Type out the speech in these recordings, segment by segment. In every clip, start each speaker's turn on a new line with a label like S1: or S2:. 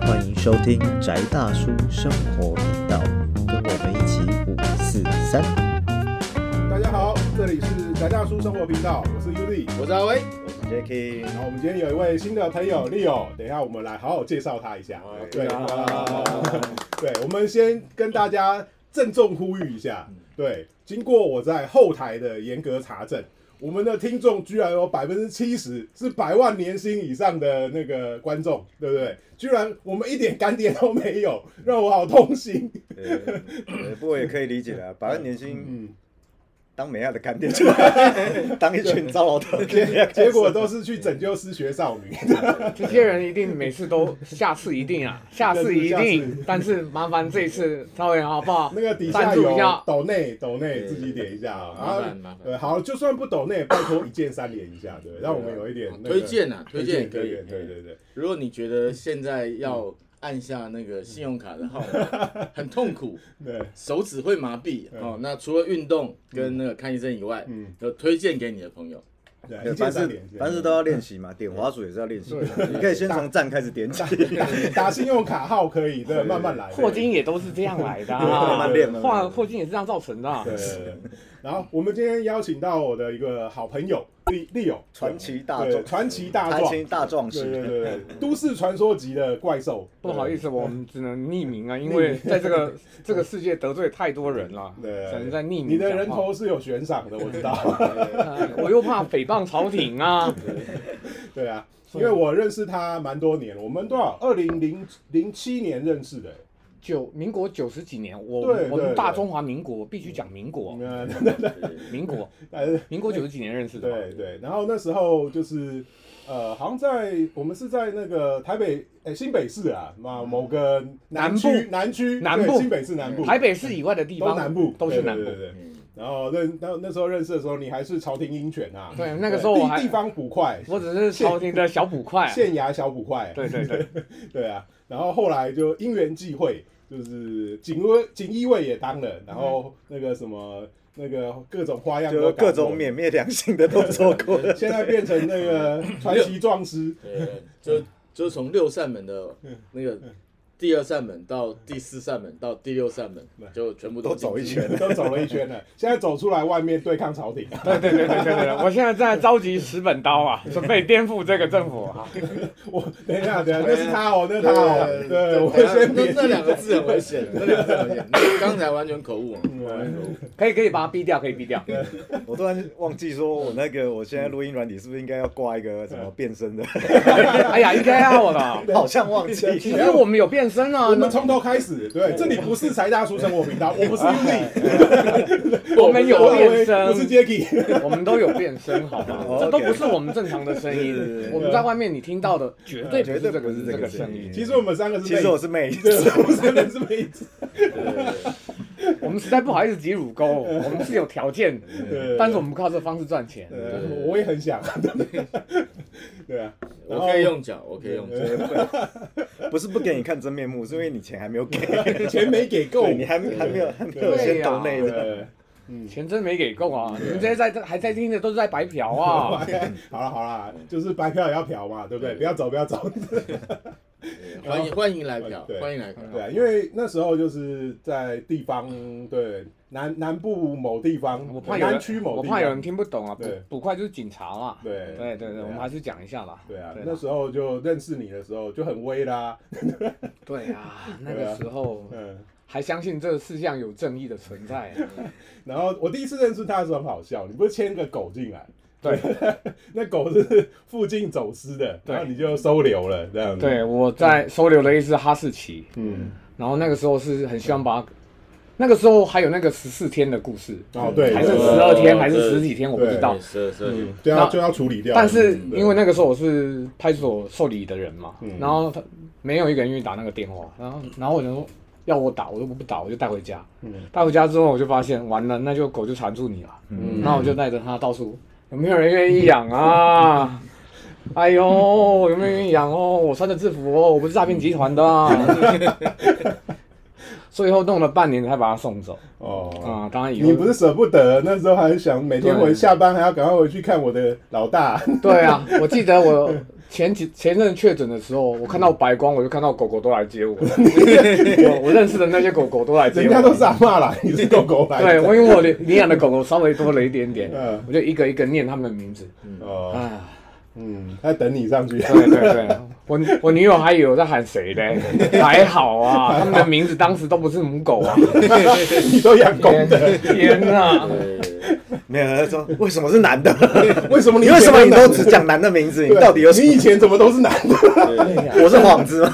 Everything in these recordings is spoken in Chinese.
S1: 欢迎收听宅大叔生活频道，跟我们一起五四三。
S2: 大家好，这里是宅大叔生活频道，我是 Uzi。
S3: 我是阿威。
S1: Jacky，
S2: 然后我们今天有一位新的朋友 Leo，等一下我们来好好介绍他一下。
S3: 哎
S2: 对， 对，我们先跟大家郑重呼吁一下，对，经过我在后台的严格查证，我们的听众居然有百分之七十是百万年薪以上的那个观众，对不对？居然我们一点干爹都没有，让我好痛 心。
S3: 对，对不过也可以理解啦，百万年薪
S2: 嗯，
S3: 当美亚的干爹，当一群糟老头，
S2: 结果都是去拯救失学少女。
S4: 这些人一定每次都，下次一定 啊，下次一
S2: 下
S4: 定，但是麻烦这一次稍微好不好？
S2: 那个底下
S4: 赞助
S2: 有
S4: 一下
S2: 抖内，抖内自己点一下啊。
S5: 麻烦
S2: 然
S5: 麻
S2: 后
S5: 烦
S2: 对，好，就算不抖内，拜托一键三连一下，对，让我们有一点那个
S5: 推荐啊，推荐也可
S2: 推
S5: 以
S2: 荐，。对对对，
S5: 如果你觉得现在要按下那个信用卡的号码 很痛苦，
S2: 对，
S5: 手指会麻痹
S2: 嗯
S5: 哦。那除了运动跟那个看医生以外，
S2: 嗯，
S5: 有推荐给你的朋友。
S2: 对，一键
S3: 凡
S2: 三
S3: 事
S2: 连，
S3: 凡事都要练习嘛，点滑鼠也是要练习的。你可以先从站开始点起，
S2: 打信用卡号可以，对，慢慢来。
S4: 霍金也都是这样 来的
S3: 慢
S4: 啊
S3: 慢，练嘛。
S4: 霍霍金也是这样造成的啊。
S2: 对。对，对对然后我们今天邀请到我的一个好朋友利利友，
S3: 传奇大
S2: 对，
S3: 壮，
S2: 传奇大
S3: 传
S2: 壮，
S3: 奇大壮
S2: 对对
S3: 士，
S2: 对对，都市传说级的怪兽。
S4: 不好意
S2: 思，
S4: 思，我们只能匿名啊，因为在这 个这个世界得罪太多人了，
S2: 对
S4: 只能在匿名。
S2: 你的人，头是有悬赏的，我知道。
S4: 呃我又怕诽谤朝 廷啊。
S2: 对啊，因为我认识他蛮多年了，我们多少？二零零零七年认识的、
S4: 九民国九十几年，我
S2: 对
S4: 我
S2: 对
S4: 们大
S2: 对
S4: 中华民国必须讲民国，
S2: 嗯，
S4: 民国
S2: 但是
S4: 民国九十几年认识的嘛。
S2: 对对，然后那时候就是呃，好像在我们是在那个台北诶、新北市啊，嘛某个南区南区
S4: 南
S2: 对
S4: 部
S2: 新北市南部
S4: 台北市以外的地
S2: 都
S4: 方
S2: 南部
S4: 都是南部
S2: 对。对对对
S5: 嗯，
S2: 然后认那那时候认识的时候，你还是朝廷鹰犬啊，
S4: 对，那个时候我
S2: 地
S4: 还
S2: 地方捕快，
S4: 我只是朝廷的小捕快啊。
S2: 县衙小捕快，
S4: 对对对，
S2: 对啊，然后后来就因缘际会，就是警卫、锦衣卫也当了，然后那个什么那个各种花样
S3: 就
S2: 都搞过
S3: 各种泯灭良心的都做过了。
S2: 现在变成那个传奇壮士，
S5: 对，就就是从六扇门的那个
S2: 嗯
S5: 第二扇门到第四扇门到第六扇门，就全部
S3: 都
S5: 进
S3: 走一
S5: 去
S3: 圈。
S2: 嗯都走了一圈了，现在走出来外面对抗朝廷。
S4: 对对对对对对，我现在正在召集十本刀啊，准备颠覆这个政府啊。
S2: 我等一下，等一下，那是他哦，那是他 哦，对，我
S5: 等一下
S2: 先别
S5: 那那两个字很 危险，那两个字很危险。你刚才完全口误啊，
S2: 嗯
S5: 完全口误。
S4: 可以可以把它逼掉，可以逼掉。
S3: 我突然忘记说，我那个我现在录音软体是不是应该要挂一个什么变身的？
S4: 哎呀，应该要的。
S3: 好像忘记。
S4: 其实我们有变身啊
S2: 我，们从头开始，对，这里不是财大叔生活频道，我不是 Uzi，
S4: 我们有 变
S2: 我是
S4: 身，
S2: Jacky，
S4: 我们都有变身，好吗？
S3: 哦
S4: 这都不
S3: OK
S4: 是我们正常的声
S3: 对对对
S4: 音，我们在外面你听到的绝对不
S3: 绝
S4: 是
S3: 对
S4: 这
S3: 不
S4: 个
S3: 是这
S4: 这
S3: 个
S4: 个
S3: 声
S4: 声
S3: 音
S4: 音。
S2: 其实我们三个是妹，
S3: 其实我是妹子，
S2: 对，我们三个是妹子，
S4: 我们实在不好意思挤乳沟，我们是有条件的，
S2: 对
S4: 但是我们不靠这方式赚钱。
S2: 呃， 我也很想， 对啊，
S5: 我可以用脚，我可以用脚。
S3: 不是不给你看真面目，是因为你钱还没有给，
S2: 钱没给够，
S3: 对你还没还没有还没有先抖内的。
S2: 对，嗯，
S4: 钱真没给够啊！你们这些在还在听的都是在白嫖啊！
S2: 好了好了，就是白嫖也要嫖嘛，对不对？不要走不要 走，
S5: 欢迎欢迎来嫖，
S2: 对
S5: 欢迎来嫖。
S2: 对啊，因为那时候就是在地方，对南南部某地方，
S4: 我怕有
S2: 南
S4: 人
S2: 区，某
S4: 我
S2: 地
S4: 怕有人
S2: 方，
S4: 听不懂啊！捕
S2: 对
S4: 捕快就是警察嘛。
S2: 对
S4: 对对对，
S2: 啊
S4: 我们还是讲一下吧。
S2: 对啊
S4: 对，啊
S2: 那时候就认识你的时候就很威啦，
S4: 对 啊，那
S2: 对啊
S4: 个时候
S2: 嗯，
S4: 还相信这世上有正义的存 在。啊
S2: 然后我第一次认识他的时候很好笑，你不是牵个狗进来，
S4: 对，
S2: 那狗是附近走私的，
S4: 对
S2: 然后你就收留了这样子，，
S4: 对，我在收留了一只哈士奇，
S2: 嗯，
S4: 然后那个时候是很希望把它，那个时候还有那个十四天的故事，
S2: 哦对，
S4: 嗯还是
S2: 对
S4: 十二天还是
S5: 对
S4: 十几天，我不知道。
S5: 是是
S2: 嗯，就要
S4: 那
S2: 就要处理掉。
S4: 但是因为
S2: 那
S4: 那个时候我是派出所受理的人嘛，
S2: 嗯
S4: 然后他没有一个人愿意打那个电话，然后然后我就说要我打，我就不打，我就带回家。
S2: 嗯
S4: 带回家之后我就发现完了，那就狗就缠住你了。
S2: 嗯
S4: 然后我就带着它到处，有没有人愿意养 啊？哎呦，有没有人愿意养哦？我穿着制服哦，我不是诈骗集团的、 啊。最后弄了半年才把它送走
S2: 哦，
S4: 啊、当然以后
S2: 你不是舍不得，那时候还想每天回
S4: 对
S2: 下班还要赶快回去看我的老大。
S4: 对啊，我记得我前几前阵确诊的时候，我看到白光，我就看到狗狗都来接我， 我我认识的那些狗狗都来接我，
S2: 人家都是阿嬷来，你是狗狗来。
S4: 对，我因为我领领养的狗狗稍微多了一点点
S2: 嗯，
S4: 我就一个一个念它们的名字。
S2: 哦，
S4: 啊，
S2: 嗯，他等你上去。
S4: 对 对对，我我女友还以为我在喊谁嘞， 还好啊，他们的名字当时都不是母狗啊。
S2: 你都养 狗的，
S4: 天哪！
S5: 对，
S3: 没有，他说为什么是男的？
S2: 为什么你
S3: 你为什么你都只讲男的名字？你
S2: 对
S3: 到底有什
S2: 你以
S3: 么？
S2: 前怎么都是男的？啊
S3: 我是幌子吗？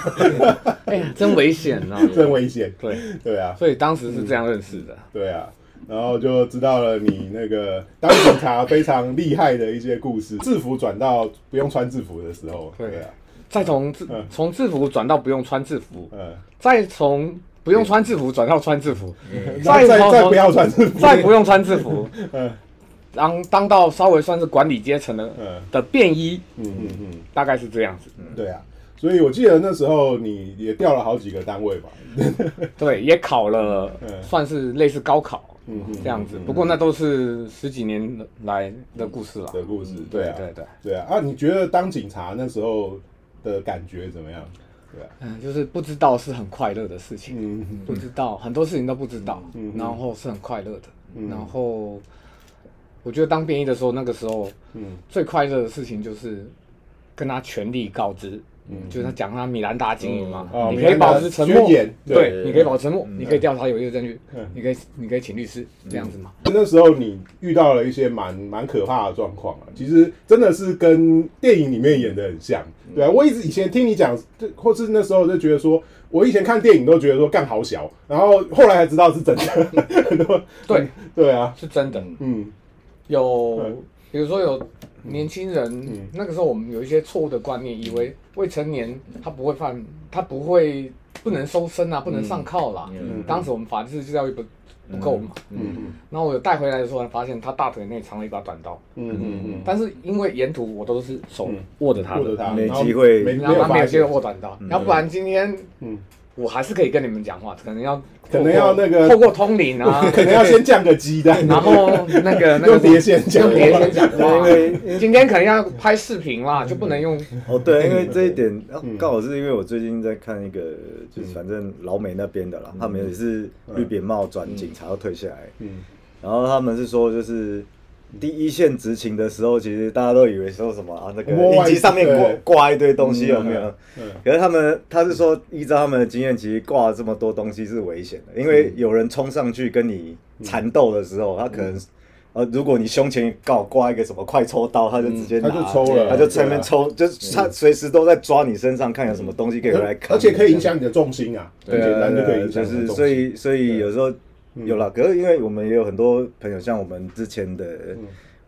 S4: 哎呀，真危险啊！
S2: 真危险。
S4: 对，
S2: 对啊，
S4: 所以当时是这样认识的。
S2: 对啊，然后就知道了你那个当警察非常厉害的一些故事。制服转到不用穿制服的时候，
S4: 对
S2: 对啊，
S4: 再从制
S2: 嗯
S4: 从制服转到不用穿制服，
S2: 嗯，
S4: 再从不用穿制服转到穿制服，
S2: 再再
S4: 从
S2: 再不要穿制服，
S4: 再不用穿制服，
S2: 嗯
S4: 当当到稍微算是管理阶层的
S2: 嗯
S4: 的便衣，
S2: 嗯嗯嗯，
S4: 大概是这样子。
S2: 对啊。所以我记得那时候你也调了好几个单位吧？
S4: 对，也考了
S2: 嗯，
S4: 算是类似高考
S2: 嗯嗯
S4: 这样子。不过那都是十几年来的故事了。
S2: 的故事，对啊，
S4: 对对，
S2: 对啊。啊，你觉得当警察那时候的感觉怎么样？对啊，
S4: 嗯，就是不知道是很快乐的事情，
S2: 嗯
S4: 不知道很多事情都不知道，
S2: 嗯嗯
S4: 然后是很快乐的。
S2: 嗯
S4: 然后我觉得当便衣的时候，那个时候
S2: 嗯
S4: 最快乐的事情就是跟他全力告知，
S2: 嗯
S4: 就是他讲他米兰达经营嘛，
S2: 哦
S4: 你可以保持沉默
S2: 米兰达宣言，
S5: 对
S4: 对，你可以保持沉默，你可以调查有没有证据
S2: 嗯，
S4: 你可以你可以请律师这样子嘛。
S2: 那时候你遇到了一些蛮蛮可怕的状况啊，其实真的是跟电影里面演的很像，对啊，我一直以前听你讲，就或是那时候就觉得说，我以前看电影都觉得说干好小，然后后来才知道是真的，
S4: 对，
S2: 对啊，
S4: 是真的
S2: 嗯
S4: 有
S2: 嗯，
S4: 比如说有。年轻人
S2: 嗯
S4: 那个时候，我们有一些错误的观念，以为未成年他不会犯，他不会不能搜身啊，不能上铐啦。
S5: 嗯
S4: 当时我们法制教育不不够嘛，
S2: 嗯
S4: 然后我有带回来的时候，才发现他大腿内藏了一把短刀，
S2: 嗯嗯嗯，
S4: 但是因为沿途我都是手
S2: 嗯
S4: 握着他
S2: 握着
S4: 的，
S2: 他
S3: 没
S2: 然后
S3: 机会
S2: 没
S4: 然
S2: 没
S4: 后
S2: 有
S4: 他没
S2: 发
S4: 有接着
S2: 现，
S4: 握短刀，要不然今天
S2: 嗯，
S4: 我还是可以跟你们讲话，可能要
S2: 可能要那个
S4: 透过通灵啊，
S2: 可能要先降个级的，
S4: 然后那个那个
S2: 用碟仙讲
S4: 用
S2: 话
S4: 碟仙讲话，
S3: 因为
S4: 今天可能要拍视频啦，就不能用
S3: 哦，对，因为这一点哦
S2: 嗯
S3: 刚好是因为我最近在看一个，就是反正老美那边的啦，他们也是绿扁帽转警察要退下来，
S2: 嗯
S3: 然后他们是说就是。第一线执勤的时候，其实大家都以为说什么啊，那个
S2: 摸外
S3: 印记上面挂
S2: 对
S3: 挂一堆东西有没有？
S2: 嗯
S3: 可是他们他是说，依照他们的经验，其实挂了这么多东西是危险的，因
S2: 嗯
S3: 为有人冲上去跟你缠斗的时候，他可
S2: 嗯
S3: 能呃，如果你胸前搞挂一个什么快抽刀，他就直接拿，
S2: 嗯他就抽了
S3: 他就在那
S2: 对啊
S3: 边抽，就是他随时都在抓你身上，看有什么东西可以回来
S2: 嗯
S3: 砍，
S2: 而且可以影响你的重心啊，很
S3: 对啊，
S2: 简单就可以影
S3: 就
S2: 响你
S3: 是
S2: 的重
S3: 所
S2: 心，
S3: 以所
S2: 啊
S3: 以有时候
S2: 嗯
S3: 有了，可是因为我们也有很多朋友，像我们之前的。
S2: 嗯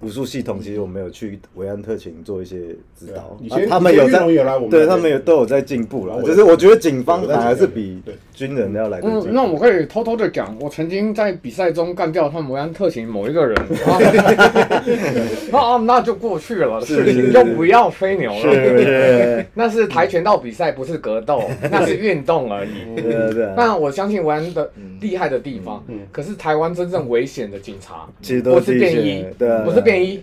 S3: 武术系统其实我们有去维安特勤做一些指导
S2: 对啊以，
S3: 啊
S2: 前
S3: 他们有
S2: 以前
S3: 在
S2: 运动有来我们那
S3: 对
S2: 边
S3: 他们有都有在进步了
S2: 我，也
S3: 就是我觉得警方
S2: 对我在
S3: 反而
S2: 警
S3: 是
S2: 方
S3: 比
S2: 对
S3: 军人要来的
S4: 嗯，
S3: 进
S4: 那
S3: 步。
S4: 我可以偷偷的讲，我曾经在比赛中干掉他们维安特勤某一 个人，啊那啊那就过去了，
S3: 是
S4: 事情
S3: 是
S4: 就不要吹牛了。
S3: 是不是？
S4: 那是跆拳道比赛，不是 格斗，那是运动而已。
S3: 对对对啊，
S4: 那我相信维安的
S3: 嗯
S4: 厉害的地方，可是台湾真正危险的警察，
S3: 其实
S4: 不
S3: 都
S4: 是
S3: 一
S4: 便
S3: 些
S4: 衣，
S3: 对啊，
S4: 不是便衣，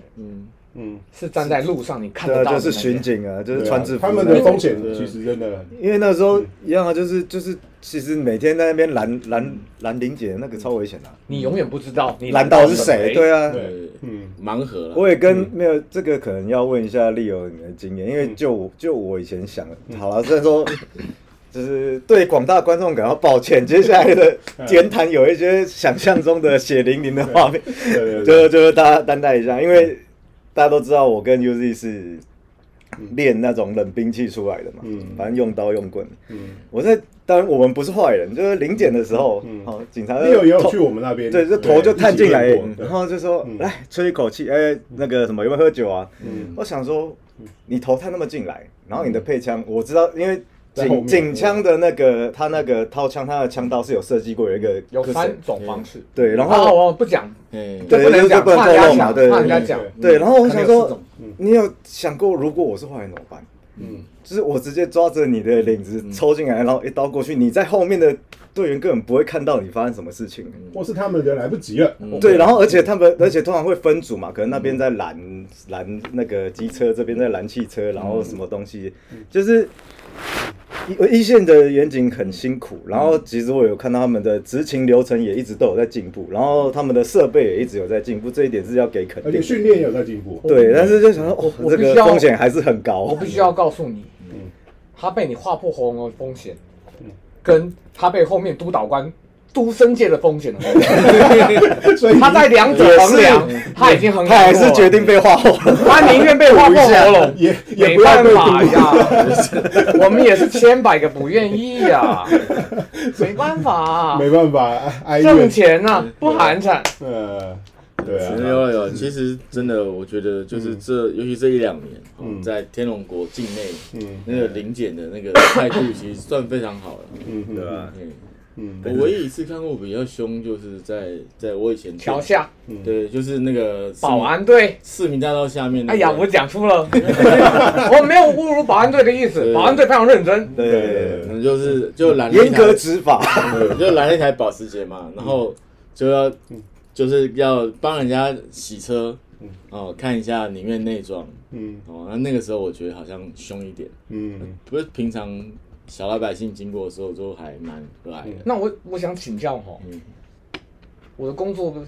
S2: 嗯，
S4: 是站在路上你看
S3: 对
S4: 得
S3: 啊，
S4: 到的
S3: 就
S4: 那个
S3: 是巡警啊，就是
S2: 对啊
S3: 穿制服。
S2: 他们的风险
S5: 啊
S2: 其实真 的很
S3: 因为那时候一样啊，就是就是，其实每天在那边拦拦拦林姐那个超危险的啊，
S4: 你永远不知道你
S3: 拦
S4: 到
S3: 到是谁？对啊，
S5: 对，
S2: 嗯
S5: 盲盒了，
S3: 我也跟没有这个可能要问一下丽友你的经验，因为就我就我以前想，好了，虽然说就是对广大观众感到抱歉，接下来的言谈有一些想象中的血淋淋的画面，
S2: 对对
S3: 就就是大家担待一下，因为大家都知道我跟 UZ 是练那种冷兵器出来的嘛，
S2: 嗯
S3: 反正用刀用棍。
S2: 嗯。
S3: 我在当然我们不是坏人，就是临检的时候，
S2: 嗯
S3: 哦，警察
S2: 也有也有
S3: 头
S2: 去我们那边，
S3: 对，就头就探进来
S2: 一起练，过
S3: 然后就说
S2: 嗯
S3: 来吹一口气，哎，那个什么有没有喝酒啊？
S2: 嗯
S3: 我想说，你头探那么进来，然后你的配枪，我知道，因为
S2: 在后面
S3: 警警枪的那个他那个掏枪，他的枪刀是有设计过有一个
S4: 有
S3: cushion
S4: 三种方式。
S3: 对，然
S4: 啊
S3: 后
S4: 我不讲，
S5: 哎，
S2: 啊
S3: 对
S4: 就不能
S3: 就
S4: 讲，
S3: 不能
S4: 怕人
S3: 透
S4: 家
S3: 露嘛
S4: 讲，
S3: 对
S4: 怕人家
S2: 对
S4: 讲
S2: 对。
S3: 对，然后我
S2: 嗯
S3: 想
S4: 可能有四
S3: 说
S4: 种，
S3: 你有想过如果我是坏人怎么办？
S5: 嗯，
S3: 就是我直接抓着你的领子
S2: 嗯
S3: 抽进来，然后一刀过去，你在后面的队员根本不会看到你发生什么事情。
S2: 或是他们人来不及了，哦
S3: 对，然后而且他们，而且通常会分组嘛，可能那边在拦拦那个机车，这边在拦汽车，然后什么东西，就是一一线的远景很辛苦。然后其实我有看到他们的执勤流程也一直都有在进步，然后他们的设备也一直有在进步，这一点是要给肯
S2: 而且
S3: 定。
S2: 训练也有在进步。
S3: 对，但是就想说，哦，
S4: 我
S3: 这
S4: 必须
S3: 个
S4: 要
S3: 风险还是很高。
S4: 我必须要告诉你，
S3: 嗯
S4: 他被你划破喉咙的风险，跟他被后面督导官督生界的风险的风险，
S2: 所以
S4: 他在两者衡量，他已经很
S3: 他还是决定被画红。
S4: 他宁愿被划破喉咙，
S2: 也也
S4: 没
S2: 不要
S4: 办
S2: 被
S4: 法呀，我们也是千百个不愿意呀，没办法啊，
S2: 没办 法哀
S4: 挣
S2: 怨。
S4: 钱呐不寒碜，
S2: 呃，对
S5: 有
S2: 啊，
S5: 有有，其实真的，我觉得就是这，尤其这一两年，嗯，在天龙国境内，
S2: 嗯
S5: 那个零检的那个态度，其实算非常好了。
S2: 嗯嗯
S1: 对吧？
S5: 嗯，
S2: 嗯
S5: 我唯一一次看过比较凶，就是在在我以前
S4: 桥，下
S2: 嗯
S5: 对，就是那个市民
S4: 保安队。
S5: 市民大道下面 那
S4: 哎
S5: 个。
S4: 呀，我讲出了，我没有侮辱保安队的意思，
S5: 对
S4: 保安队非常认真。
S3: 对对对
S5: 可能嗯就是就拦
S3: 对，
S5: 了一
S3: 严
S5: 台
S3: 格执法。
S5: 对就拦了一台保时捷嘛，然后就要
S2: 嗯
S5: 就是要帮人家洗车，哦，看一下里面内装，
S2: 嗯
S5: 哦，那那个时候我觉得好像凶一点，
S2: 嗯，
S5: 不是平常小老百姓经过的时候都还蛮和蔼的，
S4: 那我我想请教哈，
S5: 嗯
S4: 我的工作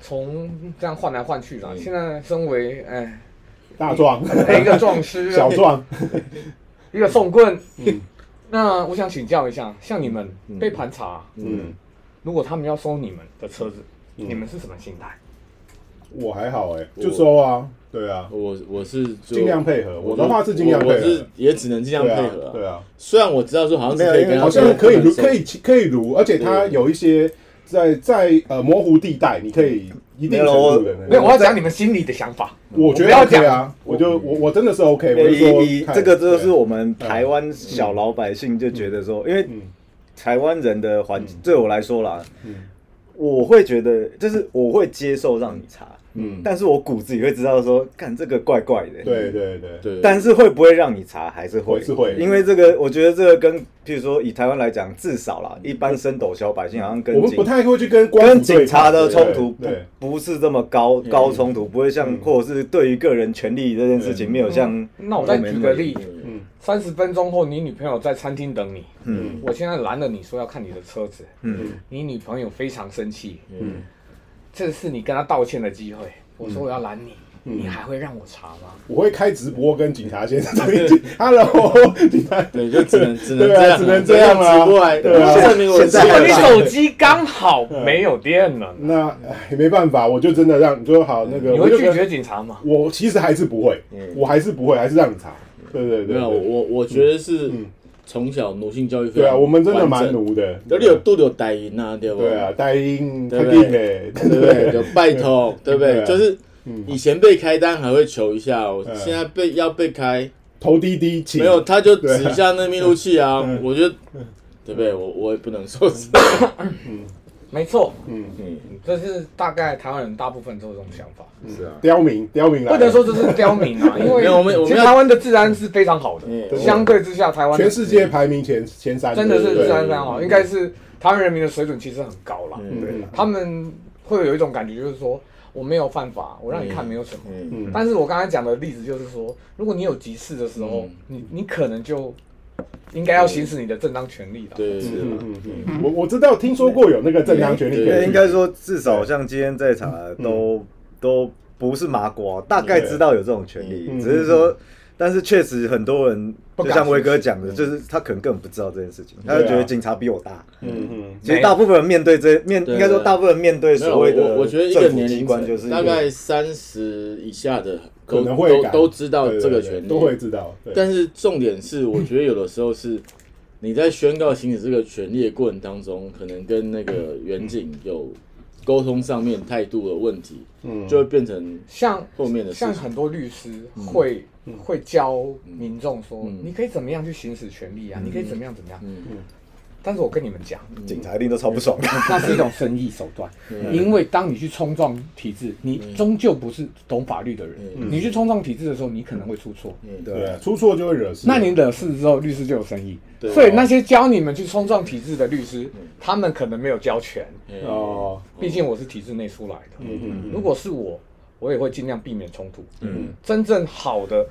S4: 从这样换来换去啦，
S5: 嗯
S4: 现在身为哎
S2: 大 壮、
S4: 一个壮师，
S2: 小壮，
S4: 一个送棍
S2: 嗯。
S4: 那我想请教一下，像你们被盘查，
S2: 嗯，
S4: 如果他们要收你们的车子，你们是什么心态？
S2: 我还好哎，就收啊，对啊，
S5: 我我是就
S2: 尽量配合。
S5: 我
S2: 我
S5: 就
S2: 的话是尽量
S5: 我我
S2: 配
S5: 是
S2: 合，
S5: 也只能尽量
S2: 对
S5: 配
S2: 啊
S5: 合，
S2: 对。啊，
S5: 虽然我知道说好像是可以跟他
S2: 好像可以如可
S5: 以，
S2: 以可以如，而且它有一些在在呃模糊地带，你可以一定程度的那
S4: 没有，
S2: 个。
S4: 我要讲你们心里的想法。
S2: 我觉得
S4: 不要
S2: OK
S4: 讲
S2: 啊，我就我我真的是 OK，我就说
S3: 以以
S2: 看
S3: 这个就是我们台湾小老百姓就觉得说，因为
S2: 嗯
S3: 台湾人的环境对我来说啦，
S2: 嗯
S3: 我会觉得就是我会接受让你查，
S2: 嗯，
S3: 但是我骨子里会知道说，干这个怪怪的。。
S2: 对对对
S5: 对，
S3: 但是会不会让你查，还是
S2: 还
S3: 会，
S2: 是会
S3: 因为这个，我觉得这个跟，譬如说以台湾来讲，至少啦，一般升斗小百姓好像跟
S2: 嗯我们
S3: 警
S2: 不太会去跟官府
S3: 跟警察的
S2: 对抗
S3: 冲突不
S2: 对嗯对
S3: 不是这么高高冲突，不会像或者是对于个人权利这件事情没有嗯像
S4: 那我再举个例，
S2: 嗯
S4: 三十分钟后你女朋友在餐厅等你，
S2: 嗯
S4: 我现在拦了你说要看你的车子，
S3: 嗯
S4: 你女朋友非常生气，
S5: 嗯
S4: 这是你跟她道歉的机会。
S2: 嗯
S4: 我说我要拦你，你还会让我查吗？
S2: 我会开直播跟警察先生，Hello，警 察，
S5: 对，就只能只 能
S2: 对啊
S5: 这样，
S2: 只能这样啊
S5: 直播来
S2: 对啊嗯
S5: 证明我
S3: 现在
S4: 如果
S5: 是
S4: 你手机刚好没有电了，
S2: 那唉没办法，我就真的让你说好那个，
S4: 你
S2: 我
S4: 会
S2: 就
S4: 拒
S2: 跟
S4: 绝警察吗？
S2: 我其实还是不会，我还是不会，还是让你查，对对
S5: 没
S2: 对
S5: 有，
S2: 对，
S5: 我我觉得是
S2: 嗯
S5: 从小奴性教育非
S2: 对
S5: 常
S2: 啊，我们真的
S5: 完
S2: 蛮
S5: 整。
S2: 奴的，
S5: 有有度有歹赢啊，对不？
S2: 对啊，，答应
S5: 对
S2: 肯
S5: 不对
S2: 定嘞，
S5: 对不对？有拜托，对不
S2: 对
S5: 对？
S2: 啊
S5: 就是
S2: 嗯
S5: 以前被开单还会求一下，我现在被要被开，
S2: 头滴滴请
S5: 没有他就
S2: 对啊
S5: 指一下那密录器啊
S2: 嗯，
S5: 我就对不对？我我也不能说是，
S4: 没错，
S2: 嗯
S5: 嗯，
S4: 这是大概台湾人大部分都有这种想法，
S5: 是啊，
S2: 刁民刁民来
S4: 不
S2: 了，
S4: 能说这是刁民啊，因
S5: 没有我
S4: 为
S5: 们我们
S4: 其实
S5: 要
S4: 台湾的治安是非常好的，
S5: 嗯
S4: 相对之下，台湾的
S2: 全世界排名前前三，
S4: 真的是
S2: 对
S4: 治安非常好，应该是台湾人民的水准其实很高啦。
S5: 嗯
S2: 对
S4: 他们会有一种感觉，就是说我没有犯法，我让你看没有什么。
S5: 嗯，
S4: 但是我刚才讲的例子就是说，如果你有急事的时候，
S5: 嗯
S4: 你你可能就应该要行使你的正当权利了。，
S5: 对，是啊
S2: 嗯嗯嗯，我我知道，听说过有那个正当权利可
S5: 对
S2: 以，
S3: 应该说至少像今天在场的都都不是麻瓜，大概知道有这种权利
S2: 嗯，
S3: 只是说。但是确实很多人，
S4: 不
S3: 就
S4: 敢
S3: 像威哥讲的，就是他可能根本不知道这件事情，他就觉
S2: 对啊
S3: 得警察比我大。
S2: 嗯嗯
S3: 其实大部分人面对这面，
S5: 对
S3: 应该说大部分人面对
S5: 没有
S3: 所谓的
S5: 我我觉得一个
S3: 政府
S5: 年
S3: 机
S5: 龄
S3: 关
S5: 层
S3: 就是
S5: 大概三十以下的
S2: 可
S5: 都
S2: 能会
S5: 都
S2: 改
S5: 都知道
S2: 对对
S5: 这个
S2: 对
S5: 权利，
S2: 都会知道，对，
S5: 但是重点是，我觉得有的时候是你在宣告行使这个权利的过程当中，可能跟那个远景有沟通上面态度的问题，
S2: 嗯
S5: 就会变成
S4: 像
S5: 后面的事
S4: 像
S5: 情。嗯
S4: 很多律师会、会教民众说，你可以怎么样去行使权利啊，你可以怎么样怎么样。
S5: 嗯
S4: 但是我跟你们讲，
S3: 警察一定都超不爽的。
S4: 那是一种生意手段，因为当你去冲撞体制，你终究不是懂法律的人，
S5: 嗯
S4: 你去冲撞体制的时候，你可能会出错。
S2: 对啊，出错就会惹事。
S4: 那你惹事之后，律师就有生意。
S5: 对啊嗯
S4: 所以那些教你们去冲撞体制的律师，他们可能没有教全，
S2: 哦，
S4: 毕竟我是体制内出来的。
S2: 嗯
S4: 如果是我，我也会尽量避免冲突。
S5: 嗯，
S4: 真正好的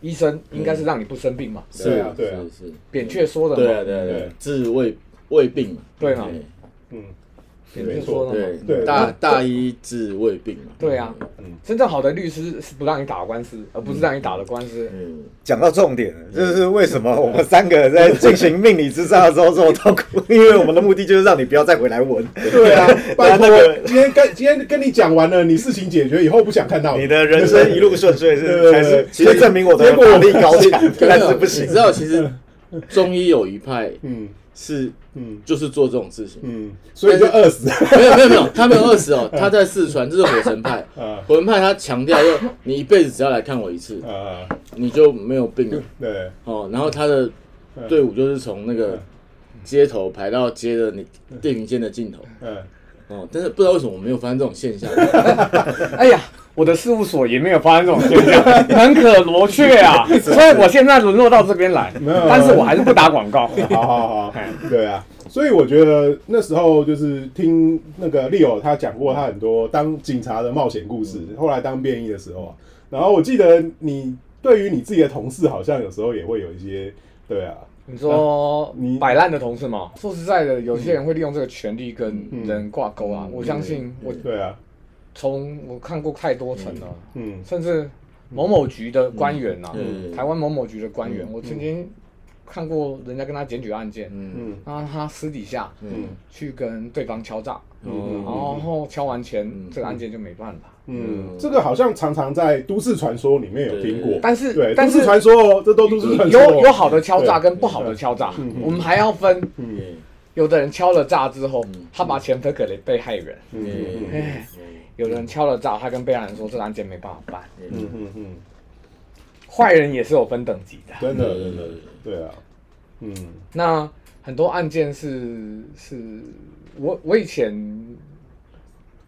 S4: 医生应该是让你不生病嘛。
S2: 对啊对啊
S5: 是是，
S4: 扁鹊说的嘛，
S5: 嗯对啊对啊对啊，治胃胃病嘛，
S4: 对嘛
S2: 嗯
S4: 扁鹊说的嘛。
S5: 对
S2: 对
S5: 大大医治胃病嘛，
S4: 对啊，真正好的律师是不让你打官司，而不是让你打的官司。
S5: 嗯，
S3: 讲到重点了，就是为什么我们三个在进行命理之杀的时候这么痛苦，因为我们的目的就是让你不要再回来闻。
S2: 对啊，拜
S3: 那那
S2: 托，今天跟今天跟你讲完了，你事情解决以后不想看到
S3: 哦你的人生一路顺遂是
S2: 对
S3: 才是，
S2: 其
S3: 其
S2: 实
S3: 实证明我的法力高强，但是不
S5: 你
S3: 行
S5: 知。道，其实中医有一派
S2: 嗯
S5: 是
S2: 嗯
S5: 就是做这种事情，
S2: 嗯，所以就饿死。
S5: 没有没有没有，他没有饿死哦，他在四川，这是火神派。
S2: 呃
S5: 火神啊派他强调说，你一辈子只要来看我一次，
S2: 呃，
S5: 你就没有病了
S2: 对，
S5: 哦。然后他的队伍就是从那个街头排到街的你电云间的尽头
S2: 嗯，
S5: 哦。但是不知道为什么我没有发现这种现象，
S4: 哎呀，我的事务所也没有发生这种现象，很可罗雀啊！所以我现在沦落到这边来，
S2: 有
S4: 但是我还是不打广告。
S2: 好好好，对啊，所以我觉得那时候就是听那个 Leo 他讲过他很多当警察的冒险故事，后来当便衣的时候啊，然后我记得你对于你自己的同事好像有时候也会有一些，对啊，
S4: 你说
S2: 你
S4: 摆烂的同事嘛？说实在的，有些人会利用这个权利跟人挂钩啊。我相信，我
S2: 对啊，
S4: 从我看过太多层了，
S2: 嗯
S4: 甚至某某局的官员啊，
S5: 嗯
S4: 台湾某某局的官员，我曾经看过人家跟他检举案件，
S5: 嗯
S2: 嗯
S4: 然后他私底下
S2: 嗯
S4: 去跟对方敲诈，然
S5: 哦，
S4: 后敲完钱，这个案件就没办法。
S2: 嗯，这个好像常常在都市传说里面有听过，
S4: 但是
S2: 对，
S4: 但
S2: 都
S4: 是
S2: 市传说哦，这都都市传说嗯哦，
S4: 有有好的敲诈跟不好的敲诈，我们还要分。
S5: 嗯
S4: 有的人敲了诈之后，
S2: 嗯
S4: 他把钱分给了被害人；
S5: 嗯
S4: 哎，有的人敲了诈，他跟被害人说这个案件没办法办。
S2: 嗯嗯嗯，
S4: 坏人也是有分等级的。
S2: 真的真的，对啊，嗯
S4: 那很多案件是是，我我以前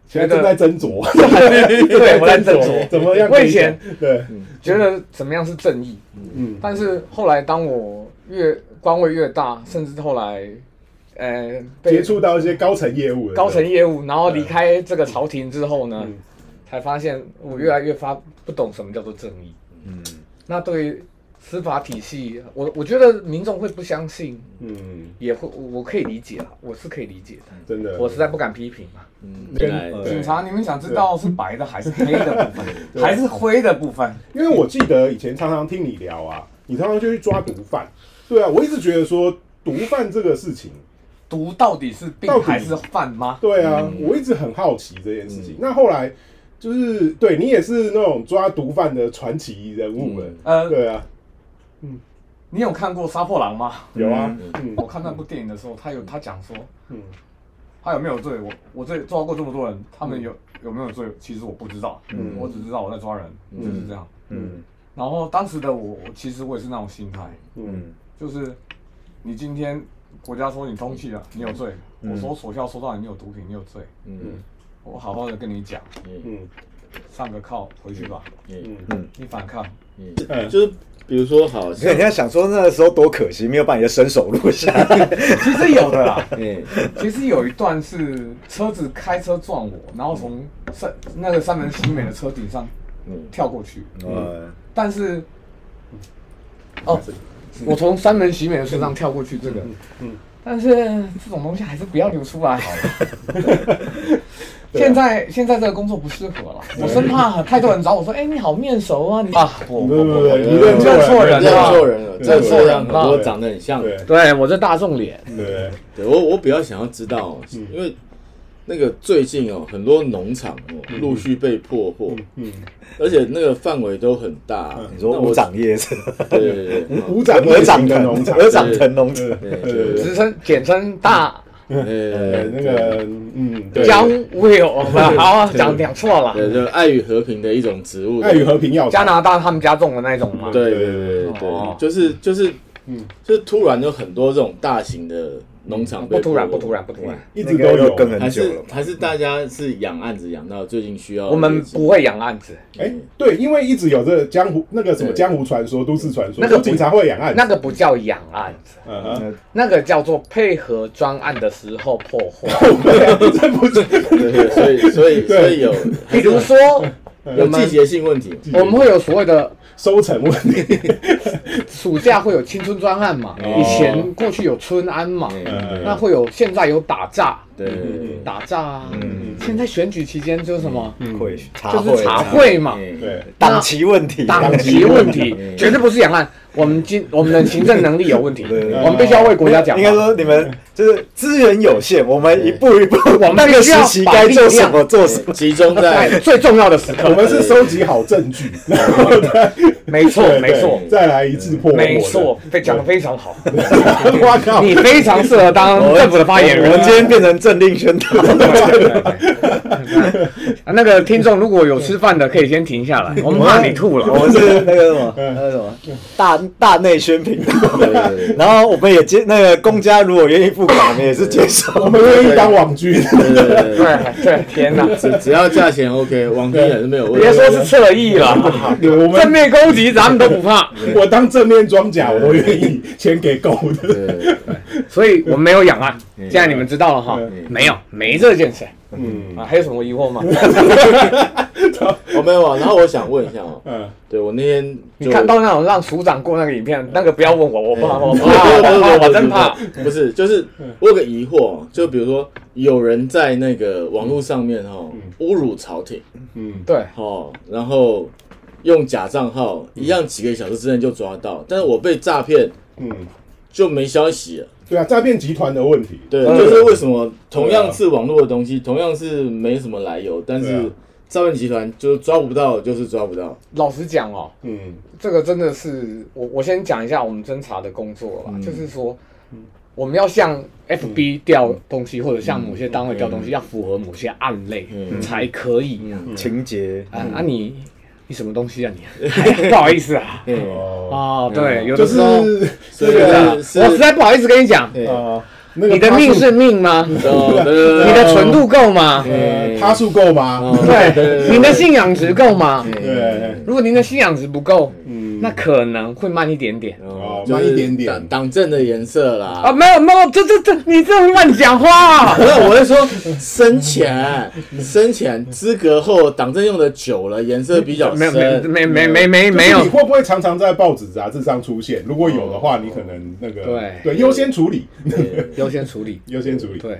S2: 现在正在斟酌，
S4: 对我在
S2: 正
S4: 斟 酌，
S2: 怎么样
S4: 我
S2: 可
S4: 以
S2: 以讲？
S4: 前
S2: 对，
S4: 觉得怎么样是正义，
S2: 嗯
S4: 但是后来当我越官位越大，甚至后来，呃，被
S2: 接触到一些高层业务了，
S4: 高层业务，然后离开这个朝廷之后呢，
S2: 嗯
S4: 才发现我越来越发不懂什么叫做正义。
S3: 嗯，
S4: 那对于司法体系，我我觉得民众会不相信，
S2: 嗯，
S4: 也会我我可以理解啊，我是可以理解的，
S2: 真的，
S4: 我实在不敢批评啊嘛。
S5: 嗯，原来
S2: 对
S4: 警察，你们想知道是白的还是黑的 部分，还是灰的部分？
S2: 因为我记得以前常常听你聊啊，你常常就去抓毒贩，对啊，我一直觉得说毒贩这个事情，
S4: 毒到底是病
S2: 到底
S4: 还是犯吗？
S2: 对啊，我一直很好奇这件事情。那后来就是对你也是那种抓毒贩的传奇人物了，
S4: 呃，
S2: 对啊，
S4: 你有看过《杀破狼》吗？
S2: 有啊，
S3: 嗯
S4: 我看那部电影的时候，他有他讲说，
S2: 嗯
S4: 他有没有罪？我我这抓过这么多人，他们有有没有罪？其实我不知道，
S2: 嗯
S4: 我只知道我在抓人，就是这样。
S2: 嗯
S4: 然后当时的我，我其实我也是那种心态，
S2: 嗯
S4: 就是你今天国家说你通缉了，你有罪；我说所校收到你有毒品，你有罪。
S5: 嗯
S4: 我好好的跟你讲，
S2: 嗯
S4: 上个铐回去吧，
S5: 嗯
S4: 你反抗。
S5: 嗯，就是比如说好，
S3: 所以人家想说那时候多可惜，没有把你的身手录下来。
S4: 其实有的啦，
S5: 嗯
S4: 其实有一段是车子开车撞我，然后从三那个三门新美的车顶上
S5: 嗯
S4: 跳过去，
S3: 呃，
S4: 但是，哦，我从三门喜美的车上跳过去，这个，嗯但是这种东西还是不要流出来 好了。啊现在现在这个工作不适合了，我生怕太多人找我说，哎，你好面熟啊， 你啊，不
S2: 对
S4: 不
S2: 对 对，
S4: 不，
S2: 你
S5: 认
S2: 认
S4: 错人
S5: 认
S4: 了
S5: 错人了，认错人了，我长得很像，
S2: 对
S4: 对我这大众脸，
S2: 对，
S5: 对我，我比较想要知道哦，
S2: 嗯
S5: 因为那个最近哦，很多农场哦陆续被破获，
S2: 嗯，
S5: 而且那个范围都很大。
S3: 你说
S5: 那我
S3: 五长叶是
S5: 对对对对
S2: 鼓掌
S3: 鹅掌
S2: 的
S3: 藤
S2: 农场，，
S3: 鹅掌藤农场，
S5: 对对
S4: 职称简称大
S2: 对
S5: 对，
S2: 那个嗯，对，
S4: 江 Will，好讲讲错了，
S5: 对对爱与和平的一种植物，
S2: 爱与和平要
S4: 加拿大他们家种的那种嘛，
S5: 对对对对对，就是就是
S2: 嗯，
S5: 就是突然有很多这种大型的农场被
S4: 不突然，
S5: 破
S4: 不
S5: 获
S4: 突然，不突然。
S2: 一直都
S3: 那个
S2: 有
S3: 要跟很
S5: 还
S3: 久
S5: 是
S3: 了嘛
S5: 还是大家是养案子养到最近需要，
S4: 我们不会养案子，
S2: 哎、对，因为一直有这个江湖那个什么
S5: 对
S2: 江湖传说、都市传说，
S4: 那个
S2: 说警察会养案子，
S4: 那个不叫养案子，
S2: 嗯 哼，
S4: 那个叫做配合专案的时候破 获。
S2: 这不是
S5: 对，对所以所以所以有
S4: 比如说，
S5: 有季节性问题，
S4: 我们会有所谓的
S2: 收成问 题，
S4: 暑假会有青春专案嘛，
S5: 哦
S4: 以前过去有春安嘛，
S5: 嗯
S4: 那会有现在有打诈，
S5: 对嗯对对对
S4: 打诈啊，现在选举期间就是什么，
S3: 会茶
S4: 就
S3: 会
S4: 是茶会嘛，
S5: 嗯
S2: 对，
S3: 党旗问题，
S4: 党籍问题绝对不是两岸，我们经我们的行政能力有问题，
S3: 对
S4: 我们必须要为国家讲
S3: 应该
S4: 话。
S3: 说你们就是资源有限，我们一步一步，
S4: 我们
S3: 那个时期该做什么做什么
S5: 对，集中
S4: 在
S5: 在
S4: 最重要的时刻
S2: 我，们是收集好证据，然后再
S4: 没错，
S2: 对
S4: 没错
S2: 对，再来一次破获，
S4: 没错，被讲的非常好，
S2: 对，哇靠，
S4: 你非常适合当嗯政府的发言
S3: 我
S4: 人
S3: 们。今天变成政令宣导，
S4: 啊那个听众如果有吃饭的，可以先停下来，我们怕你吐
S3: 我
S4: 了。
S3: 们是那个什么，那个什么嗯大大内宣频道
S5: 对对对，
S3: 然后我们也接那个公家如果愿意付款，我们也是接受。
S2: 我们愿意当网军，
S5: 对对对对，
S4: 对对，天哪！
S5: 只只要价钱 OK，网军也是没有问题。
S4: 别说是侧翼了，
S2: 我
S4: 正
S2: 们
S4: 面攻击咱们都不怕，
S2: 我当正面装甲我都愿意，钱给够的，
S5: 对，对对
S4: 所以我们没有养案。
S5: 嗯
S4: 现在你们知道了哈，没有，没这件事
S2: 嗯
S4: 啊，还有什么疑惑 吗？
S5: 我没有啊。然后我想问一下哦，
S2: 嗯，
S5: 对我那天
S4: 你
S5: 就
S4: 看到那种让署长过那个影片，那个不要问我，我怕，我
S5: 不
S4: 怕，
S5: 是不是
S4: 啊我
S5: 不
S4: 怕，
S5: 是
S4: 我真怕。
S5: 不是，就是我有个疑惑，哦就比如说有人在那个网络上面哈侮辱朝廷
S4: 对，
S5: 哦，然后用假账号一样几个小时之内就抓到，但是我被诈骗
S2: 嗯，
S5: 就没消息了。
S2: 对啊，诈骗集团的问题，
S5: 对，就是为什么同样是网络的东西，同样是没什么来由，但
S2: 对
S5: 是
S2: 啊
S5: 诈骗集团就是抓不到，就是抓不到。
S4: 老实讲哦，
S2: 嗯
S4: 这个真的是我我先讲一下我们侦查的工作
S5: 嗯
S4: 啦，就是说我们要向 FB 调东西，或者向某些单位调东西，
S5: 嗯
S4: 要符合某些案类才可以啊。
S3: 情节，
S4: 啊
S5: 嗯
S4: 啊你你什么东西啊 你？哎不好意思啊，
S5: 嗯，
S2: 哦，
S4: 哦对，有
S2: 就
S4: 的
S2: 是
S4: 时候
S5: 所以
S2: 这个啊
S4: 我实在不好意思跟你讲，
S5: 对
S2: 啊，那个
S4: 你的
S2: 趴
S4: 命
S2: 数
S4: 是命吗？
S5: 哦对对对
S4: 你的纯度够吗？
S2: 呃趴数够吗？
S4: 哦对，你的信仰值够吗？
S2: 对，
S4: 如果您的信仰值不够，
S2: 嗯
S4: 那可能会慢一点点。
S5: 哦
S2: 慢一点点
S5: 党党政的颜色啦。
S4: 啊，没有没有，这这这，你这乱 讲话、
S5: 没有，我是说生前 生前资格后党政用的久了，颜色比较
S4: 没有没有
S5: 深。
S4: 没没没没没
S2: 就是
S4: 有
S2: 你，会不会常常在报纸杂志上出现？如果有的话，你可能那个
S4: 对
S2: 对优先处理，
S4: 优先处理。
S2: 优先处理。
S4: 对，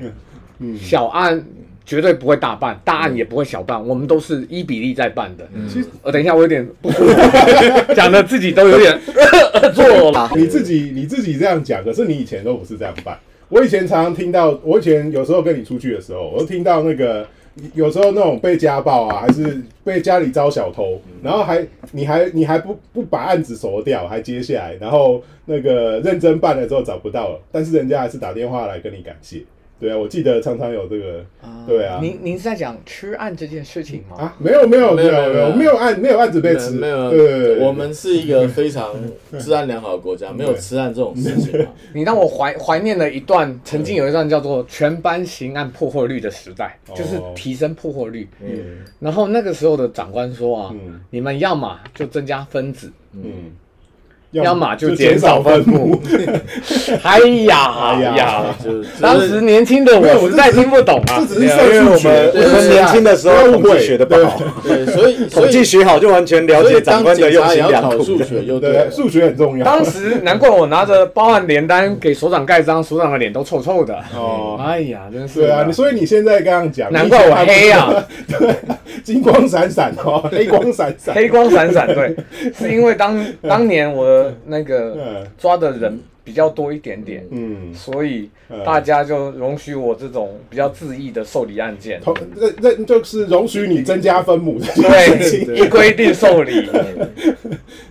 S2: 嗯
S4: 小案绝对不会大办，大案也不会小办，我们都是一比例在办的。
S2: 嗯
S4: 呃，等一下，我有点不舒服，讲的自己都有点 做了。
S2: 你自己你自己这样讲，可是你以前都不是这样办。我以前常常听到，我以前有时候跟你出去的时候，我都听到那个有时候那种被家暴啊，还是被家里遭小偷，然后还你还你还不不把案子熟掉，还接下来，然后那个认真办了之后找不到了，但是人家还是打电话来跟你感谢。对啊，我记得常常有这个，对啊，
S4: 您您是在讲吃案这件事情吗？
S2: 啊，没有没有
S5: 没
S2: 没
S5: 有
S2: 有没有
S5: 没
S2: 没
S5: 有
S2: 有案没有案子
S5: 没
S2: 被
S5: 有
S2: 吃，
S5: 没
S2: 对对对
S5: 有，
S2: 对
S5: 我们是一个非常治安良好的国家，没有吃案这种事情嘛。
S4: 你让我怀怀念了一段，曾经有一段叫做全班刑案破获率的时代，就是
S2: 哦
S4: 提升破获率。
S5: 嗯
S4: 然后那个时候的长官说啊，
S2: 嗯
S4: 你们要么就增加分子，
S2: 嗯，
S4: 要么就
S2: 减
S4: 减少
S2: 分
S4: 分母。 哎呀
S2: 哎呀
S4: 呀！
S5: 啊就是
S4: 当
S5: 就是
S4: 时年轻的
S2: 没有
S4: 我
S2: 我
S4: 实在听不懂
S2: 这
S4: 啊。
S2: 只是
S3: 因为
S2: 算
S3: 我
S2: 数
S3: 们
S2: 学，
S3: 我们年轻的时候统计学的不好，
S5: 对，所以所
S3: 统
S5: 以
S3: 计学好就完全了
S5: 所以
S3: 解长
S5: 当
S3: 官的
S5: 警
S3: 用
S5: 察也
S3: 心
S5: 要
S3: 良
S5: 考
S3: 苦。
S5: 数学就对
S2: 对，
S5: 了。
S2: 数学很重要。
S4: 当时难怪我拿着包案联单给所长盖章，所长的脸都臭臭的。
S2: 哦，
S4: 哎呀，真 是
S2: 对啊，你
S4: 的。
S2: 所以你现在刚刚讲，
S4: 难怪我黑啊
S2: 呀， 对，金光闪闪哦，黑光闪 闪，
S4: 黑光闪闪， 对，是因为当当年我的那个
S2: 嗯
S4: 抓的人比较多一点点，
S2: 嗯，
S4: 所以
S2: 嗯
S4: 大家就容许我这种比较恣意的受理案件，
S2: 同这这就是容许你增加分母的事情，
S4: 对，规定 受理，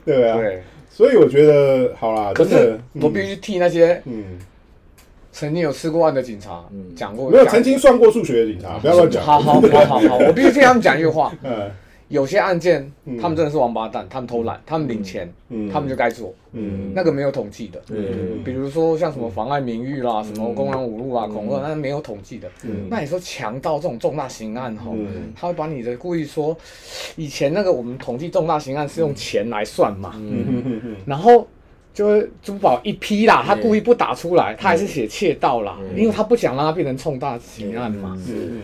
S2: 对啊，
S4: 对。
S2: 所以我觉得好啦，
S4: 可
S2: 真
S4: 是
S2: 的，
S4: 我必须替那些
S2: 嗯，
S4: 曾经有吃过案的警察讲过，
S2: 没有曾经算过数学的警察，不要乱讲，
S4: 好好好好好，我必须替他们讲一句话：
S2: 嗯
S4: 有些案件
S2: 嗯
S4: 他们真的是王八蛋，他们偷懒，他们领钱，
S2: 嗯
S4: 他们就该做，
S2: 嗯
S4: 那个没有统计的。
S5: 对嗯
S4: 比如说像什么妨碍名誉啦、什么公然侮辱啊、恐吓，那没有统计的。那你说强盗这种重大刑案吼，
S2: 嗯
S4: 他会把你的故意说，以前那个我们统计重大刑案是用钱来算嘛，
S2: 嗯嗯嗯
S4: 然后就是珠宝一批啦，他故意不打出
S5: 嗯
S4: 来，他还是写窃盗啦，因为他不想让它变成重大刑案嘛。
S2: 嗯嗯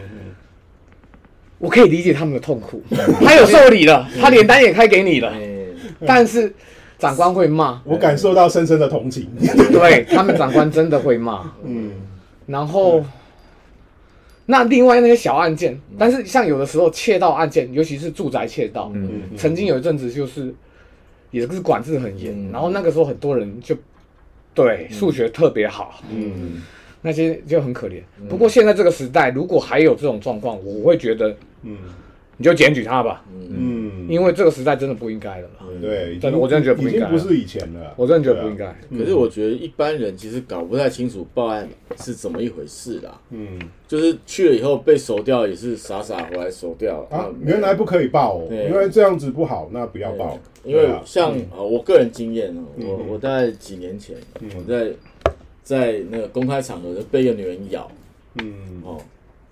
S4: 我可以理解他们的痛 苦，他有受理了，他连单也开给你了，
S5: 哎嗯
S4: 但是长官会骂，
S2: 我感受到深深的同情。
S4: 对他们长官真的会骂。
S2: 嗯
S4: 然后，那另外那些小案件，
S2: 嗯
S4: 但是像有的时候窃盗案件，尤其是住宅窃盗，
S3: 嗯
S2: 嗯
S4: 曾经有一阵子就是也是管制很严，
S5: 嗯
S4: 然后那个时候很多人就对数学特别好，
S2: 嗯
S4: 那些就很可怜。不过现在这个时代，如果还有这种状况，我会觉得
S2: 嗯
S4: 你就检举他吧，
S2: 嗯，
S4: 因为这个时代真的不应该了啦。
S2: 对，已
S4: 真的
S2: 经
S4: 我真的觉得不
S2: 已
S4: 应该
S2: 经
S4: 啊
S2: 不是以前了。
S4: 我真的觉得不应
S2: 对啊。
S4: 该。
S5: 可是我觉得一般人其实搞不太清楚报案是怎么一回事啦，
S2: 嗯
S5: 就是去了以后被熟掉也是傻傻回来熟掉
S2: 啊，原来不可以报哦，
S5: 对
S2: 原来这样子不好，那不要报。
S5: 因为
S2: 对啊嗯
S5: 像呃我个人经验呢，我我大概几年前我在在那个公开场合被一个女人咬
S2: 嗯
S5: 哦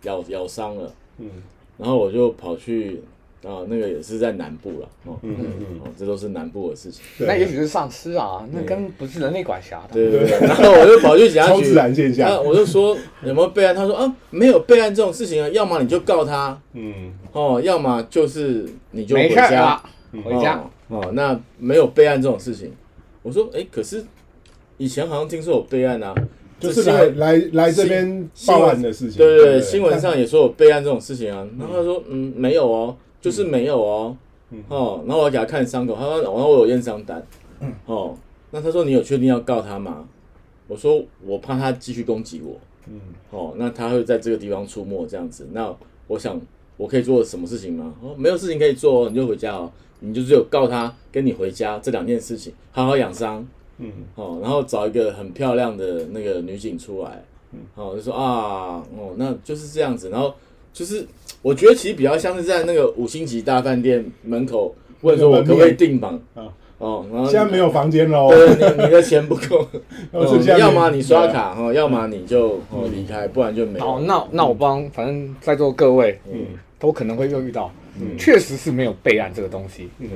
S5: 咬咬伤了，
S2: 嗯
S5: 然后我就跑去啊那个也是在南部了哦
S2: 嗯嗯，啊
S5: 哦这都是南部的事情。
S2: 对
S4: 那也许是丧尸啊，那根本不是人类管辖的。
S5: 对对 对，然后我就跑去警察
S2: 超
S5: 局，
S2: 自然现象
S5: 那我就说有没有备案？他说啊，没有备案这种事情啊，要么你就告他
S2: 嗯
S5: 哦，要么就是你就
S4: 没
S5: 回
S4: 事儿啊
S5: 家
S4: 啦，回家。
S5: 哦哦。那没有备案这种事情，我说哎，可是以前好像听说有备案啊，
S2: 就是
S5: 这
S2: 来
S5: 新闻
S2: 来来这边报案的事情。
S5: 对对对，新闻上也说有备案这种事情啊。然后他说嗯没有哦，就是没有哦，哦，然后我给他看伤口，他说然后我有验伤单，哦，那他说你有确定要告他吗？我说我怕他继续攻击我。
S2: 嗯
S5: 哦，那他会在这个地方出没这样子。那我想我可以做什么事情吗？哦，没有事情可以做哦，你就回家哦，你就只有告他跟你回家这两件事情，好好养伤
S2: 嗯
S5: 哦，然后找一个很漂亮的那个女警出来，
S2: 嗯
S5: 哦，就说啊，哦，那就是这样子。然后就是我觉得其实比较像是在那个五星级大饭店门口问说我可不可以订房
S2: 啊
S5: 哦，然后
S2: 现在没有房间喽。
S5: 对，你你的钱不够，
S2: 哦剩下
S5: 哦要么你刷卡哈，哦要么你就
S2: 嗯
S5: 哦离开，不然就没
S4: 哦
S5: 有。，
S4: 那那我帮，反正在座各位，
S2: 嗯
S4: 都可能会又遇到，确实是没有备案这个东西，
S2: 嗯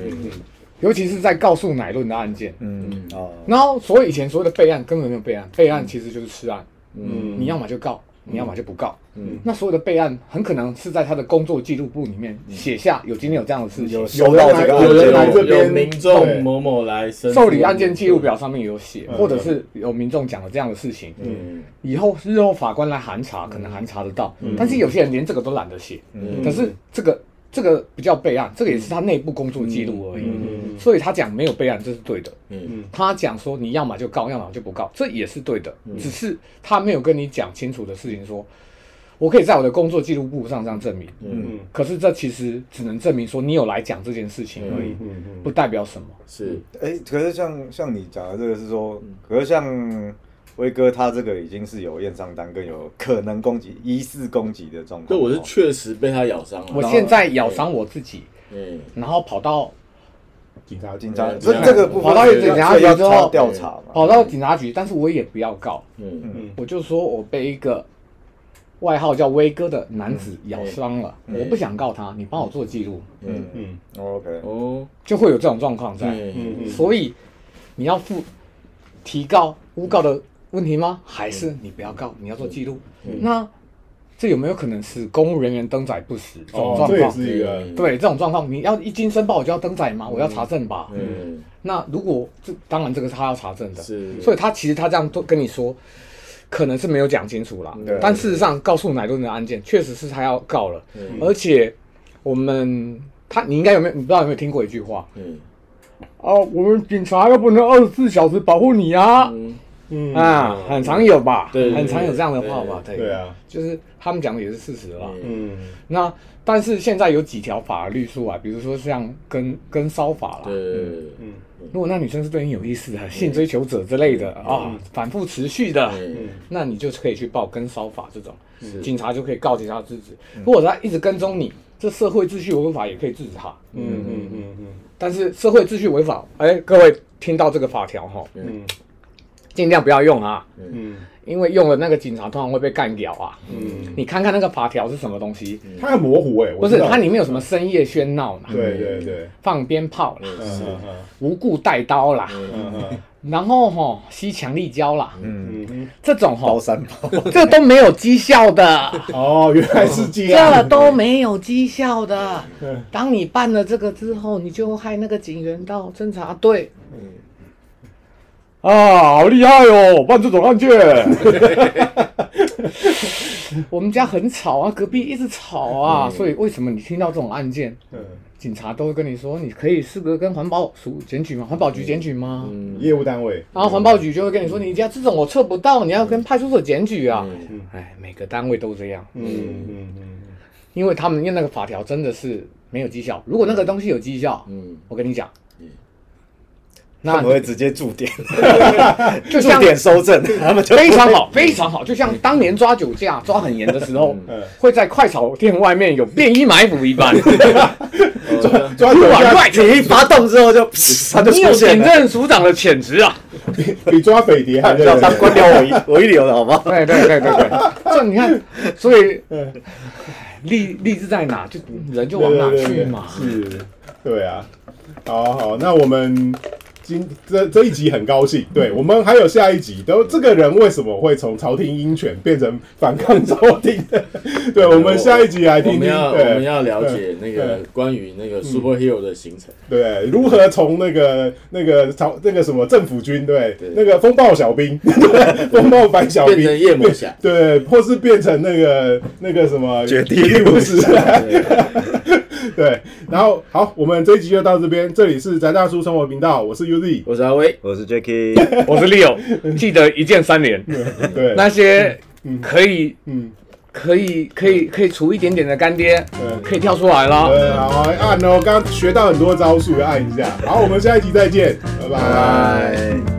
S4: 尤其是在告诉乃论的案件。
S3: 嗯哦，
S4: 然后所以以前所谓的备案根本没有备案，备案其实就是吃案，
S2: 嗯
S4: 你要么就告，你要么就不告。
S5: 嗯
S4: 那所有的备案很可能是在他的工作记录簿里面写下有今天有这样的事情，
S3: 收到这个
S2: 有人来
S3: 案
S2: 这
S3: 件，
S2: 边
S5: 有民
S2: 对
S5: 众某某来申诉嗯
S4: 受理案件记录，表上面有写，
S2: 嗯
S4: 或者是有民众讲了这样的事情，
S5: 嗯
S4: 以后日后法官来函查，可能函查得到。但是有些人连这个都懒得写，
S5: 嗯
S4: 可是这个这个不叫备案，这个也是他内部工作记录而已。
S2: 嗯
S4: 所以他讲没有备案，这是对的。
S5: 嗯
S4: 他讲说你要么就告，要么就不告，这也是对的。只是他没有跟你讲清楚的事情说我可以在我的工作记录簿上这样证明。
S2: 嗯
S4: 可是这其实只能证明说你有来讲这件事情而已，
S2: 嗯
S4: 不代表什么。
S5: 是
S3: 哎、可是像像你讲的这个是说，可是像威哥他这个已经是有验伤单跟有可能攻击、疑似攻击的状况。哦
S5: 对，我是确实被他咬伤了。
S4: 我现在咬伤我自己，
S5: 嗯
S4: 然后跑到
S2: 警察
S3: 紧张，
S5: 对
S3: 这
S5: 对
S3: 这个部分
S5: 跑到
S3: 是
S4: 警察哦
S3: 所以要
S4: 局之后
S3: 查调查嘛。
S4: 跑到警察局，但是我也不要告，
S5: 嗯
S4: 我就说我被一个外号叫威哥的男子咬伤了，我不想告他，你帮我做记录，
S5: 嗯
S2: 嗯
S3: OK，
S5: 哦，
S4: 就会有这种状况在。
S5: 嗯
S2: 嗯
S4: 所以你要负提告诬告的问题吗？还是你不要告，你要做记录？那这有没有可能是公务人员登载不实这种
S2: 哦，这
S4: 状
S2: 也
S4: 况？
S2: 是一个
S4: 对这种状况，你要一经申报我就要登载吗？我要查证吧。
S5: 嗯
S4: 那如果这当然这个是他要查证的，
S5: 是
S4: 所以他其实他这样都跟你说，可能是没有讲清楚啦。
S3: 对
S4: 但事实上，告诉乃论的案件确实是他要告了，而且我们他你应该有没有你不知道有没有听过一句话，
S5: 嗯
S4: 啊，我们警察又不能二十四小时保护你啊。
S5: 嗯
S2: 嗯
S4: 啊，很常有吧，
S5: 对对
S4: 很常有这样的话吧，对
S2: 对啊，
S4: 就是他们讲的也是事实啦。
S5: 嗯
S2: 嗯
S4: 那但是现在有几条法律出来，比如说像跟跟骚法啦，
S5: 对
S2: 嗯
S4: 如果那女生是对你有意思的，性追求者之类
S2: 嗯
S4: 的啊、反复持续的，
S5: 对，
S4: 那你就可以去报跟骚法这种，
S5: 是
S4: 警察就可以告警察制止。
S2: 嗯
S4: 如果他一直跟踪你，这社会秩序违法也可以制止他。
S2: 嗯嗯嗯嗯
S4: 但是社会秩序违法，哎，各位听到这个法条哈，
S2: 嗯
S4: 尽量不要用啊，
S2: 嗯
S4: 因为用了那个警察通常会被干掉啊。
S2: 嗯，
S4: 你看看那个法条是什么东西？
S2: 它很模糊哎，我
S4: 不是
S2: 知道
S4: 它里面有什么深夜喧闹啦，
S2: 对对对，
S4: 放鞭炮啦，
S2: 嗯嗯
S4: 无故带刀啦，
S2: 嗯嗯
S4: 然后哈、吸强力胶啦，
S2: 嗯嗯，
S4: 这种哈、
S3: 包三包，
S4: 这都没有绩效的，
S2: 哦，原来是这
S4: 这
S2: 样，
S4: 都没有绩效的。当你办了这个之后，你就害那个警员到侦查队。嗯啊，好厉害哦！办这种案件， 我们家很吵啊，隔壁一直吵啊，所以为什么你听到这种案件，
S2: 嗯，
S4: 警察都会跟你说，你可以适格跟环保署检举吗？环保局检举吗？
S2: 业务单位，
S4: 然后环保局就会跟你说，你家这种我测不到，你要跟派出所检举啊
S5: 嗯。
S4: 哎，每个单位都这样，
S2: 嗯嗯嗯
S4: 因为他们用那个法条真的是没有绩效。如果那个东西有绩效，
S5: 嗯，
S4: 我跟你讲，
S3: 他
S4: 那
S3: 们会直接驻点，
S4: 就
S3: 驻
S4: 像
S3: 点收证，他们就
S4: 非常好，非常好，就像当年抓酒驾抓很严的时候，
S2: 嗯
S4: 会在快炒店外面有便衣埋伏一 般。
S2: 嗯，抓酒
S4: You are
S2: 驾
S4: right，
S3: 你一发动之后 就，他就
S4: 你有
S3: 出现
S4: 警
S3: 了，
S4: 政署长的潜质啊！
S2: 比抓匪谍还
S3: 要当官僚我一我一流的好吗？
S4: 对对对对对，这你看，所以哎励励志在哪，就人就往哪去嘛。
S2: 是，对啊，好好，那我们今这这一集很高兴，对我们还有下一集，都这个人为什么会从朝廷鹰犬变成反抗朝廷 的？对，我们下一集来
S5: 我
S2: 听听，
S5: 们要我
S2: 对
S5: 们要了解那个
S2: 对
S5: 关于那个 superhero 的行程，
S2: 对如何从那个那个朝那个什么政府军，对
S5: 对
S2: 那个风暴小兵， 对风暴白小
S5: 变成
S2: 兵。
S5: 夜魔侠，
S2: 对，或是变成那个那个什么
S3: 绝地
S2: 不
S3: 武
S2: 是， 对，然后好，我们这一集就到这边，这里是宅大叔生活频道，我是 UZ，
S5: 我是阿威。
S3: 我是 Jacky，
S4: 我是 Leo，记得一键三连，
S2: 对，
S4: 那些可以
S2: 嗯，
S4: 可以可以可以除一点点的干爹
S2: 对，
S4: 可以跳出来了，
S2: 呃，好按哦，刚刚学到很多招数，要按一下。好，我们下一集再见，拜拜
S3: 拜。